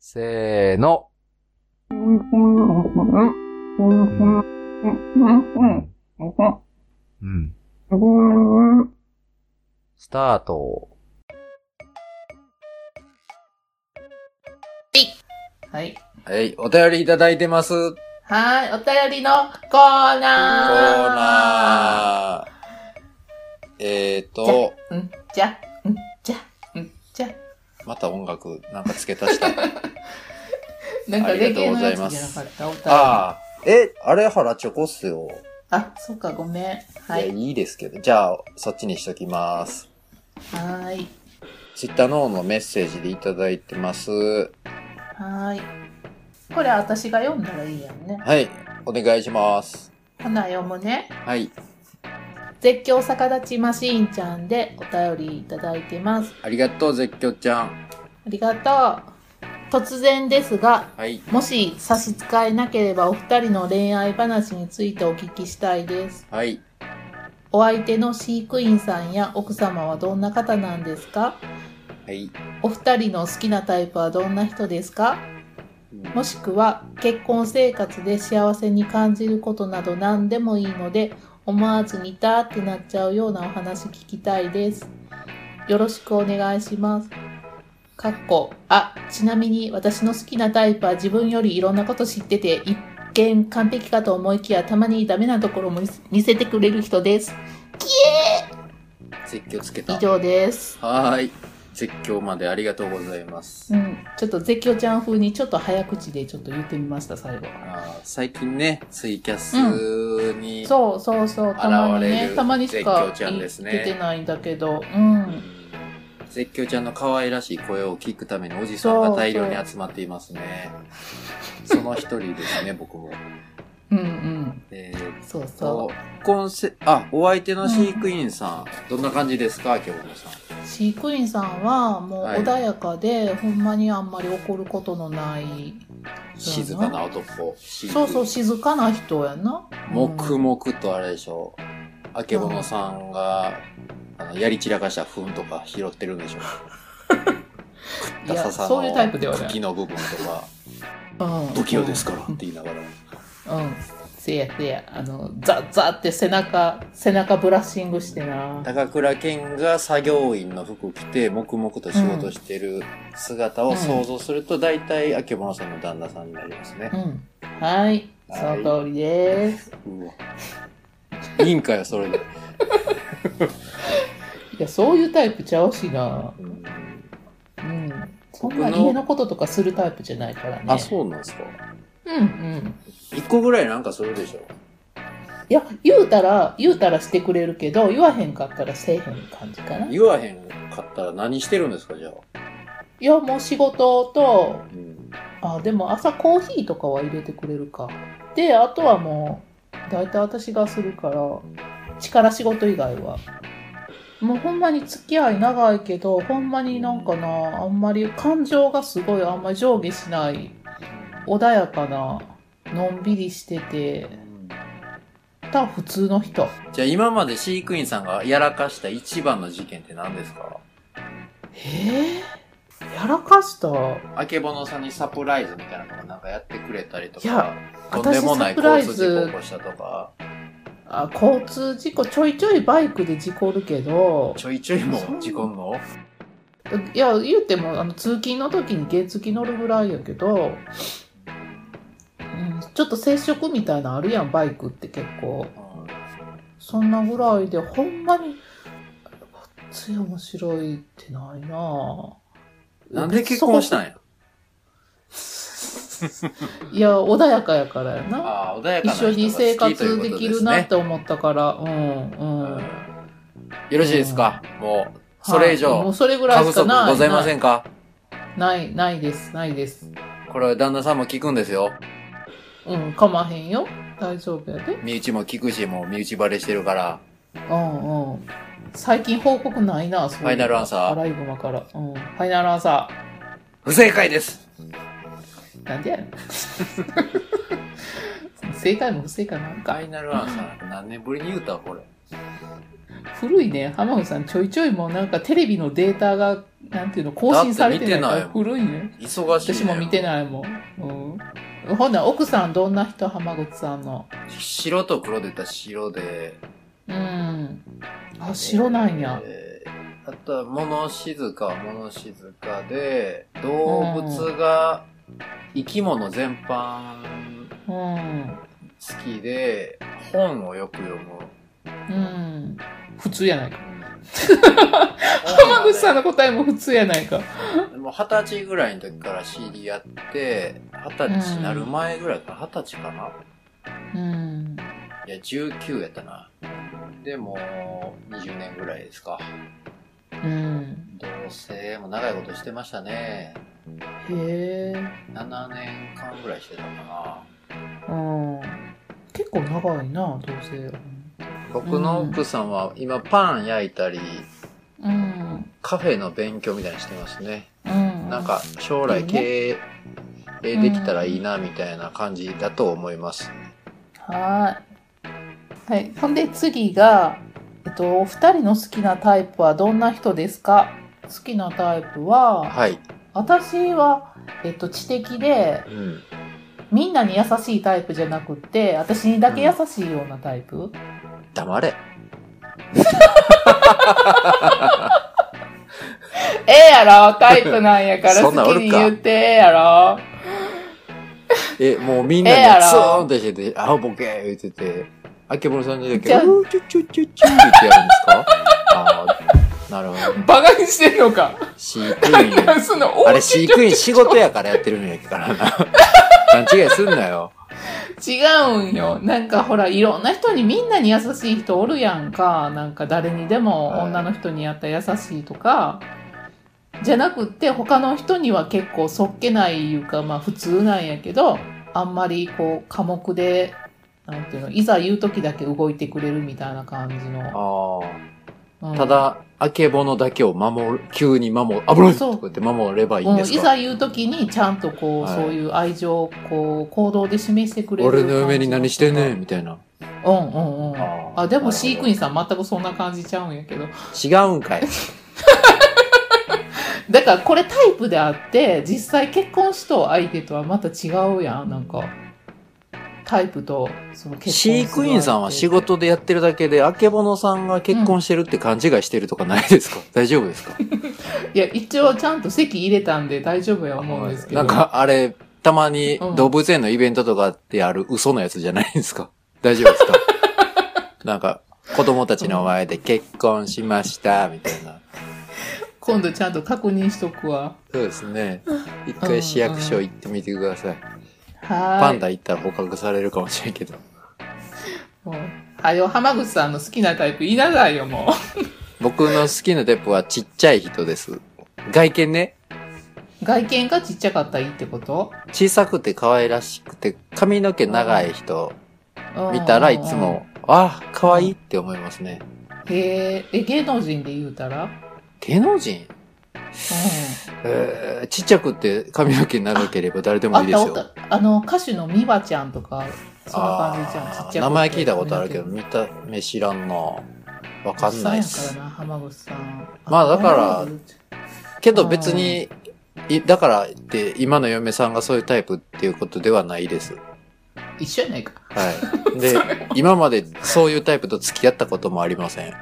せーの。うん。うん。スタート。はい。はい、お便りいただいてます。コーはーい、お便りのコーナーナー。えーじゃと、うんじゃ、うんじゃ、うんじゃ。また音楽なんか付け足 した。なんかありレがゲとうエごのざやいまつすじゃなかったお便り。あああ、え、あれ原チョコっすよ。あ、そっか、ごめん。はいや、い。いいですけど。じゃあ、そっちにしときます。はーい。ツイッターの方のメッセージでいただいてます。はーい。これ私が読んだらいいやんね。はい、お願いします。ほな、読むね。はい、絶叫逆立ちマシーンちゃんでお便りいただいてます。ありがとう、絶叫ちゃん。ありがとう。突然ですが、はい。もし差し支えなければお二人の恋愛話についてお聞きしたいです。はい。お相手の飼育員さんや奥様はどんな方なんですかはい。お二人の好きなタイプはどんな人ですかもしくは結婚生活で幸せに感じることなど何でもいいので思わず似たってなっちゃうようなお話聞きたいです。よろしくお願いします。かっこ、あ、ちなみに私の好きなタイプは自分よりいろんなこと知ってて一見完璧かと思いきやたまにダメなところも見せ見せてくれる人です。絶叫つけ以た。上です。はーい。絶叫までありがとうございます。うん、ちょっと絶叫ちゃん風にちょっと早口でちょっと言ってみました、最後。あー最近ね、ツイキャスに、そうそうそう、たま現にれねる、たまにしか絶叫ちゃんですね出てないんだけど、うん。絶叫ちゃんの可愛らしい声を聞くためにおじさんが大量に集まっていますね。その一人です ね、僕も。うんうん。えーそうそと、婚せ、あ、お相手の飼育員さん、どんな感じですか、京本さん。う。飼育員さんはもうはい穏やかで、ほんまにあんまり怒ることのない。静かな男。そうそう、飼育静かな人やな。員黙々とあれでしょう。あけぼのさんが、あの、やり散らかした糞とか拾ってるんでしょいや、笹そういうタイプではない。茎の部分と か、うん不器用ですからっうてん言いながら。うん。せやせや、あの、ザッザッって背中、背中ブラッシングしてな。高倉健が作業員の服着て、黙々と仕事してる姿を想像すると、大体、あけぼのさんの旦那さんになりますねう。ん。はい。その通りです。うわ。いいんかよ、それで。いや、そういうタイプちゃうしな。うんうん。そ僕んのな家のこととかするタイプじゃないからね。あ、そうなんですか。う。うんうん。一個ぐらいなんかするでしょ。いや、言うたら、言うたらしてくれるけど、言わへんかったらせえへん感じかな。い言わへんかったら何してるんですか、じゃあ。や、もう仕事と、うん。あ、でも朝コーヒーとかは入れてくれるか。で、あとはもう、だいたい私がするから、力仕事以外は。もうほんまに付き合い長いけど、ほんまになんかな、あんまり感情がすごいあんまり上下しない、穏やかな、のんびりしてて、た普通の人。じゃあ今まで飼育員さんがやらかした一番の事件って何ですかえー、やらかしたあけぼのさんにサプライズみたいなのがなんかやってくれたりといかや、とんでもない私サプライ交ズ通事故起こしたとか、あ交通事故ちょいちょいバイクで事故るけどちょいちょいもう事故んのいや言うてもあの通勤の時に原付乗るぐらいやけど、うん、ちょっと接触みたいなのあるやんバイクって結構そんなぐらいでほんまにこっち面白いってないなぁなんで結婚したんやいや穏やかやからやなああ、穏やかな一人が緒好きに生活でときいうことるですなっねて思ったから、うん、うん。はいよろしいですか、もう、それ以も上う、それぐら過い不しか足ない。ございません。んかない、ないです、ないです。これは旦那さんも聞くんですよ。うん、かまへんよ。大丈夫やで。身内も聞くし、もう身内バレしてるから。うん、うん。最近報告ないな、そういフうァイナルアンサーアライグマから。うん。ファイナルアンサ不正解ですー。なんでや ねん。正解も不正解もあるフか。ァイナルアンサー、何年ぶりに言うたこれ。古いね浜口さんちょいちょいもうなんかテレビのデータがなんていうの更新されてないかだらって見て古いね忙しい、ね。私も見てないもん、うん、ほな奥さんどんな人浜口さんの白と黒で言ったら白で。うんあ白なんや、えーあとは物静かは物静かで、動物が生き物全般うん好きで、本をよく読む。うん普通やないか浜浜口さんの答えも普通やないかもう二十歳ぐらいの時から知り合って、二十歳になる前ぐらいから二十歳かな、うんいや、19やったな。でも、20年ぐらいですか。うん同棲も長いことしてましたね。へえ7年間ぐらいしてたかな。うん結構長いなどうせ僕の奥さんは今パン焼いたり、うんカフェの勉強みたいにしてますね。うんなんか将来経営できたらいいなみたいな感じだと思います。はーい。はい。ほんで次が、えっと、お二人の好きなタイプはどんな人ですか好きなタイプは、はい。私は、えっと、知的で、うん。みんなに優しいタイプじゃなくて、私にだけ優しいようなタイプ、黙れ。ええやろタイプなん やからそんなん好おきるかに言ってええやろえ、もうみんなええやでろツーンってしてて、アホボケー言ってて、あけぼのさんにだけ、じゃあうーちゅちゅちゅちゅってやるんですかああ、なるほど。バカにしてんのか飼育 員。すんのあれ飼育員仕事やからやってるんやからな。勘違いすんなよ。違うんよ。なんかほら、いろんな人にみんなに優しい人おるやんか。なんか誰にでもはい女の人にやったら優しいとか。じゃなくって他の人には結構そっけないいうか、まあ普通なんやけど、あんまりこう寡黙で、なんていうの、いざ言う時だけ動いてくれるみたいな感じの。ああ。うんた、だ、あけぼのだけを守る、急に守る、危ないそうとか言って守ればいいうんん、いですか、ざ言う時にちゃんとこう、はいそういう愛情をこう行動で示してくれる俺の嫁に何してんねんん。みたいな。うんうんうん。あーあ、でも飼育員さん全くそんな感じちゃうんやけど。違うん かい。だからこれタイプであって実際結婚しとう相手とはまた違うやんなんかタイプとその結婚する飼育員さんは仕相手事でやってるだけで、あけぼのさんが結婚してるって勘違いしてるとかないですか、大丈夫ですかいや一応ちゃんと席入れたんで大丈夫や思うんですけどなんか、あれ、たまにうん動物園のイベントとかってある嘘のやつじゃないですか大丈夫 ですかなんか、子供たちの前で結婚しました、みたいな。今度ちゃんと確認しとくわそうですね。一うんう回ん市役所行ってみてください。はパーンいダ行ったら捕獲されるかもしれんけど。もうはよ浜口さんの好きなタイプ言いなさいよも僕の好きなタイプはちっちゃい人です。外見ね、う外見がちっちゃかったらいいってこと小さくて可愛らしくて髪の毛長い人うん見たらいつも、あ、可愛いって思いますね。へーえ芸能人で言うたら、うん芸能人えー、ちっちゃくて髪の毛長ければ誰でもあいいっでたすおっよ。たあの歌手のミバちゃんとかそんなあ感じじゃんちっちゃくーて名前聞いたことあるけど、見た目知らんな。わかんないっす。そうやからな浜口さんまあだからあけど別に、いだからって今の嫁さんがそういうタイプっていうことではないです。一緒やないか はい。で、今までそういうタイプと付き合ったこともありません。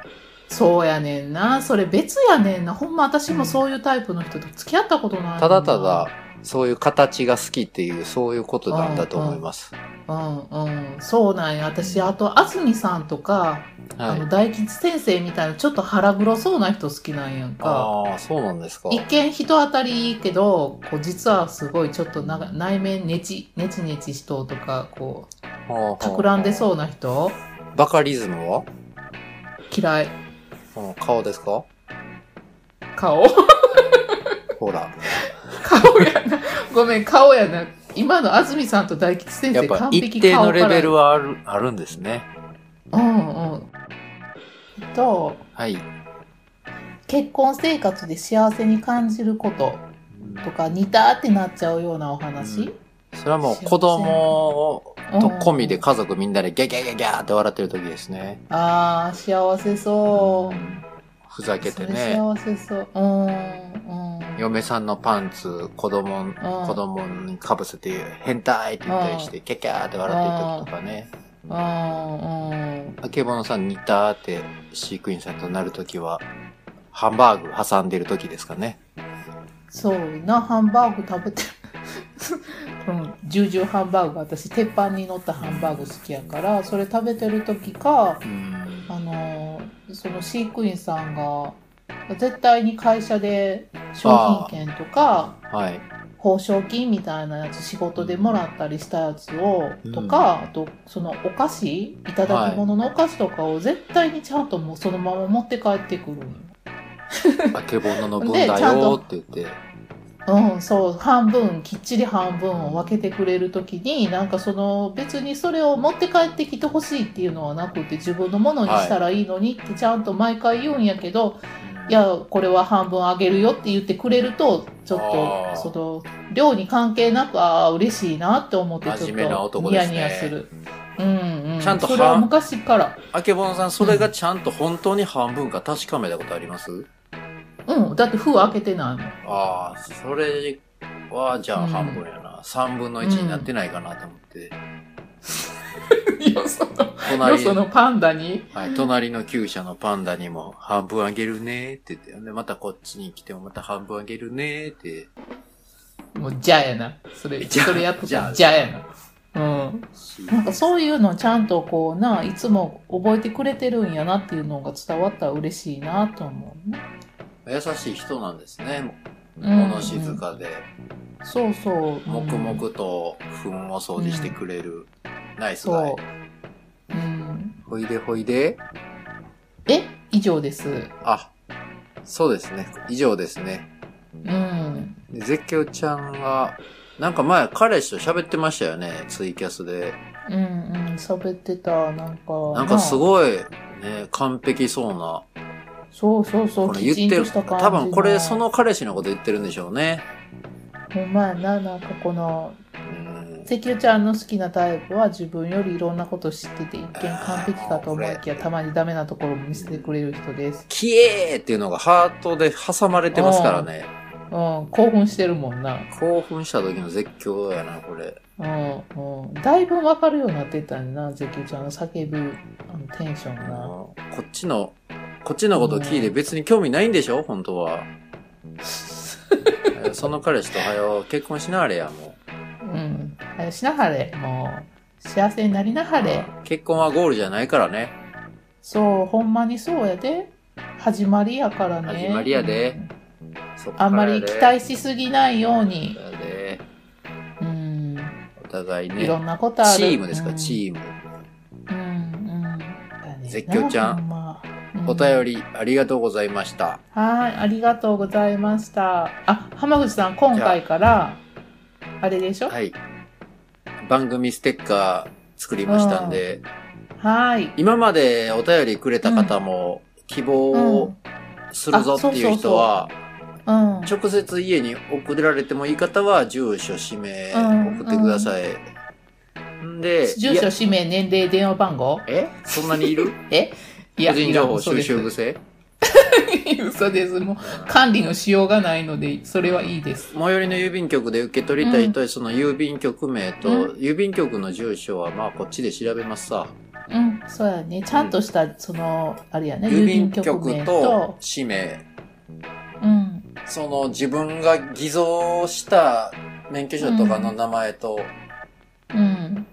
そうやねんなそれ別やねんなほんま私もそういうタイプの人と付き合ったことないもんなただただ、そういう形が好きっていう、そういうことなんだと思います。うんうんそうなんや私あと安住さんとか、あはいの。大吉先生みたいなちょっと腹黒そうな人好きなんやんかああ、そうなんですか。一見人当たりいいけどこう実はすごいちょっとな内面ネチネチネチしとうとかこう企んでう。そうな人バカリズムは、嫌いうん、顔ですか顔 ほら。顔やな。ごめん、顔やな。今の安住さんと大吉先やっ生、ぱ完一璧定顔のから。レベルはある、あるんですね。うんうん。と、はい。結婚生活で幸せに感じることとか、似たってなっちゃうようなお話、それはもう子供をと込みで家族みんなでギャギャギャギャって笑ってる時ですね。ああ、幸せそうう。んふざけてそれね、幸せそう。うん、うん。嫁さんのパンツ、子供、子供にかぶせて、変態って言ったりして、キャキャーって笑ってる時とかね。うん、うん。あけぼのさん似たーって飼育員さんとなるときは、ハンバーグ挟んでるときですかね。そうな、ハンバーグ食べてる。うん、ジュージューハンバーグ私鉄板に乗ったハンバーグ好きやからそれ食べてる時かうん。あのーその飼育員さんが絶対に会社で商品券とかはい。報奨金みたいなやつ仕事でもらったりしたやつをとか、あとそのお菓子いただき物のお菓子とかを絶対にちゃんともうそのまま持って帰ってくるのよあけぼのの分だでよちゃんとーって言って。うん、そう、半分、きっちり半分を分けてくれるときに、なんかその、別にそれを持って帰ってきてほしいっていうのはなくて、自分のものにしたらいいのにってちゃんと毎回言うんやけど、いや、これは半分あげるよって言ってくれると、ちょっあーと、その、量に関係なく、ああ、嬉しいなって思って、ちょっ真面目なと、男ニでヤすね。ニヤする。うんうん。ちゃんと半それは昔から。あけぼのさん、それがちゃんと本当に半分か確かめたことあります、うん、だって封開けてないもん。ああ、それは、じゃあ半分やな。3分の1になってないかなと思って。 よその、よ隣そのパンダに。はい、隣の厩舎のパンダにも半分あげるねーって言って、で、またこっちに来てもまた半分あげるねーって。もうじゃやな。それ、じゃそれやっとじゃたじゃやな。うん。なんかそういうのちゃんとこうな、いつも覚えてくれてるんやなっていうのが伝わったら嬉しいなと思うね。優しい人なんですね。うん物静かで、そうそう。黙々と糞を掃除してくれる。ナイスガイそ。う。うん。ほいでほいで。え以上です。あ、そうですね。以上ですね。うん。で絶叫ちゃんが、なんか前彼氏と喋ってましたよね。ツイキャスで。うんうん。喋ってた、なんか。なんかすい。ごい、ね、完璧そうな。そうそうそう。これ言ってきちんる。とした感じ多分これそ。の彼氏のこと言ってるんでしょうね。ほんまやな、なんかこの、うん関ちゃんの好きなタイプは自分よりいろんなこと知ってて一見完璧かと思いきやたまにダメなところも見せてくれる人です。キエーっていうのがハートで挟まれてますからね。うん、興奮してるもんな。興奮した時の絶叫やな、これ。うん、うん。だいぶわかるようになってたんやな、関ちゃんの叫ぶあのテンションあが。のこっちの、こっちのことを聞いて別に興味ないんでしょ本当 は。えその彼氏とはよ、結婚しなはれや、もうん。あれしなはれ、もう。幸せになりなはれ。う。結婚はゴールじゃないからね。そう、ほんまにそうやで。始まりやからね。始まりやでうん。そっからやあんでまり期待しすぎないように。やでうん。お互いね。いろんなことある。チームですか、うんチーム。うんうんだね絶叫ちゃんほまお便り。りありがとうございました。はい、ありがとうございました。あ、浜口さん、今回から、あれでしょはい。番組ステッカー作りましたんで、はい。今までお便りくれた方も希望をするぞっていう人は、うん。直接家に送られてもいい方は、住所、氏名送ってください。んで、住い所、や氏名、年齢、電話番号えそんなにいるえい個人情報収い集や嘘 癖です。嘘です。もう、管理のしようがないので、それはいいです。最寄りの郵便局で受け取りたい人は、その郵便局名と、郵便局の住所は、まあ、こっちで調べますさ。うん、そうやね。ちゃんとした、その、あれやね、郵郵便便局局名とと、氏名、うん、その自分が偽造した免許証とかの名前とうん、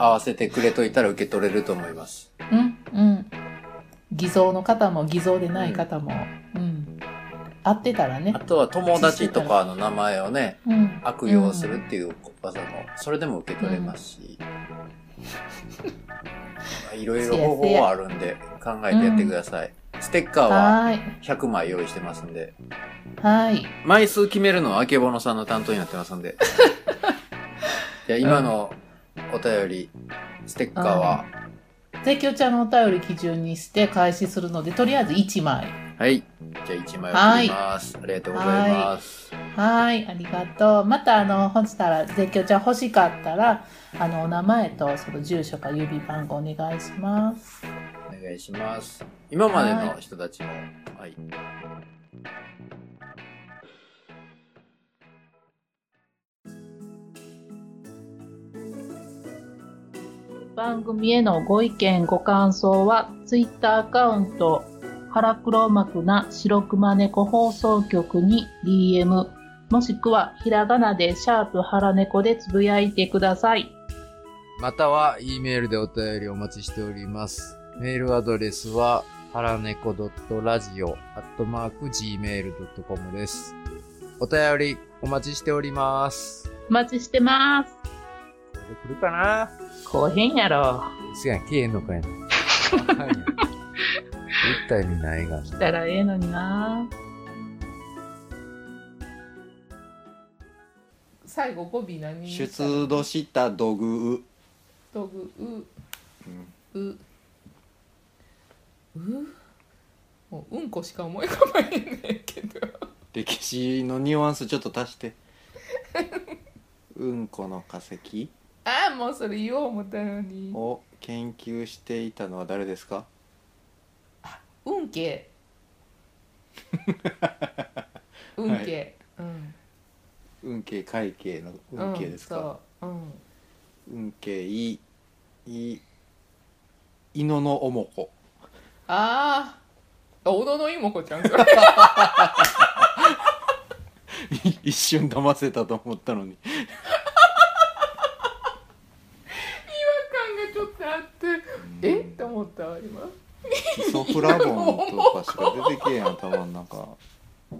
合わせてくれといたら受け取れると思います。うんうん偽造の方も偽造でない方も、うん、合ってたらねあ、とは友達とかの名前をね、うん、悪用するっていう技も、それでも受け取れますし。いろいろ方法はあるんで、考えてやってください。ステッカーははーい100枚用意してますんで。はーい枚数決めるのはあけぼのさんの担当になってますんで。いや、今のお便り、ステッカーは、絶叫ちゃんのお便り基準にして開始するのでとりあえず1枚はい。じゃあ1枚送ります。ありがとうございます。はい、ありがとう。また、あの、ほしたら、絶叫ちゃん欲しかったら、あの、お名前と、その住所か郵便番号お願いします。お願いします。今までの人たちも、はい。番組へのご意見、ご感想は、ツイッターアカウント、腹黒幕な白熊猫放送局に DM、もしくは、ひらがなで、シャープ腹猫でつぶやいてください。または、E メールでお便りお待ちしております。メールアドレスは、はらねこ .radio.gmail.com です。お便りお待ちしております。お待ちしてます。これで来るかなこうへんやろ。すやん、消えんのか いな。はい絶対見ないがな。したらええのにな。最後語尾何にしたの出土した土偶。とぐうんうううもううんこしか思い浮かばへんねんけど 歴史のニュアンスちょっと足して。うんこの化石ああもうそれ言おう思ったのにを研究していたのは誰ですか 運慶運慶、うん運慶会計の運慶ですか、うんそう運慶いいいののおもこ うん、あーあ小野の妹子ち ゃんそれ一瞬騙せたと思ったのに感がちょっとあってえって思ったわ今ソフラボンとかしか出てけえやん頭の中う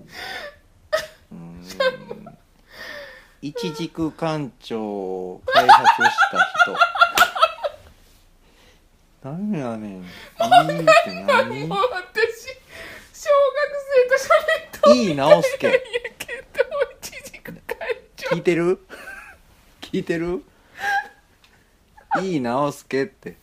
ーん一軸館長を開発した人なんやねんいいってもう何私小学生と喋ったいい直すけんやけど一時間聞いてる聞いてるいい直すけって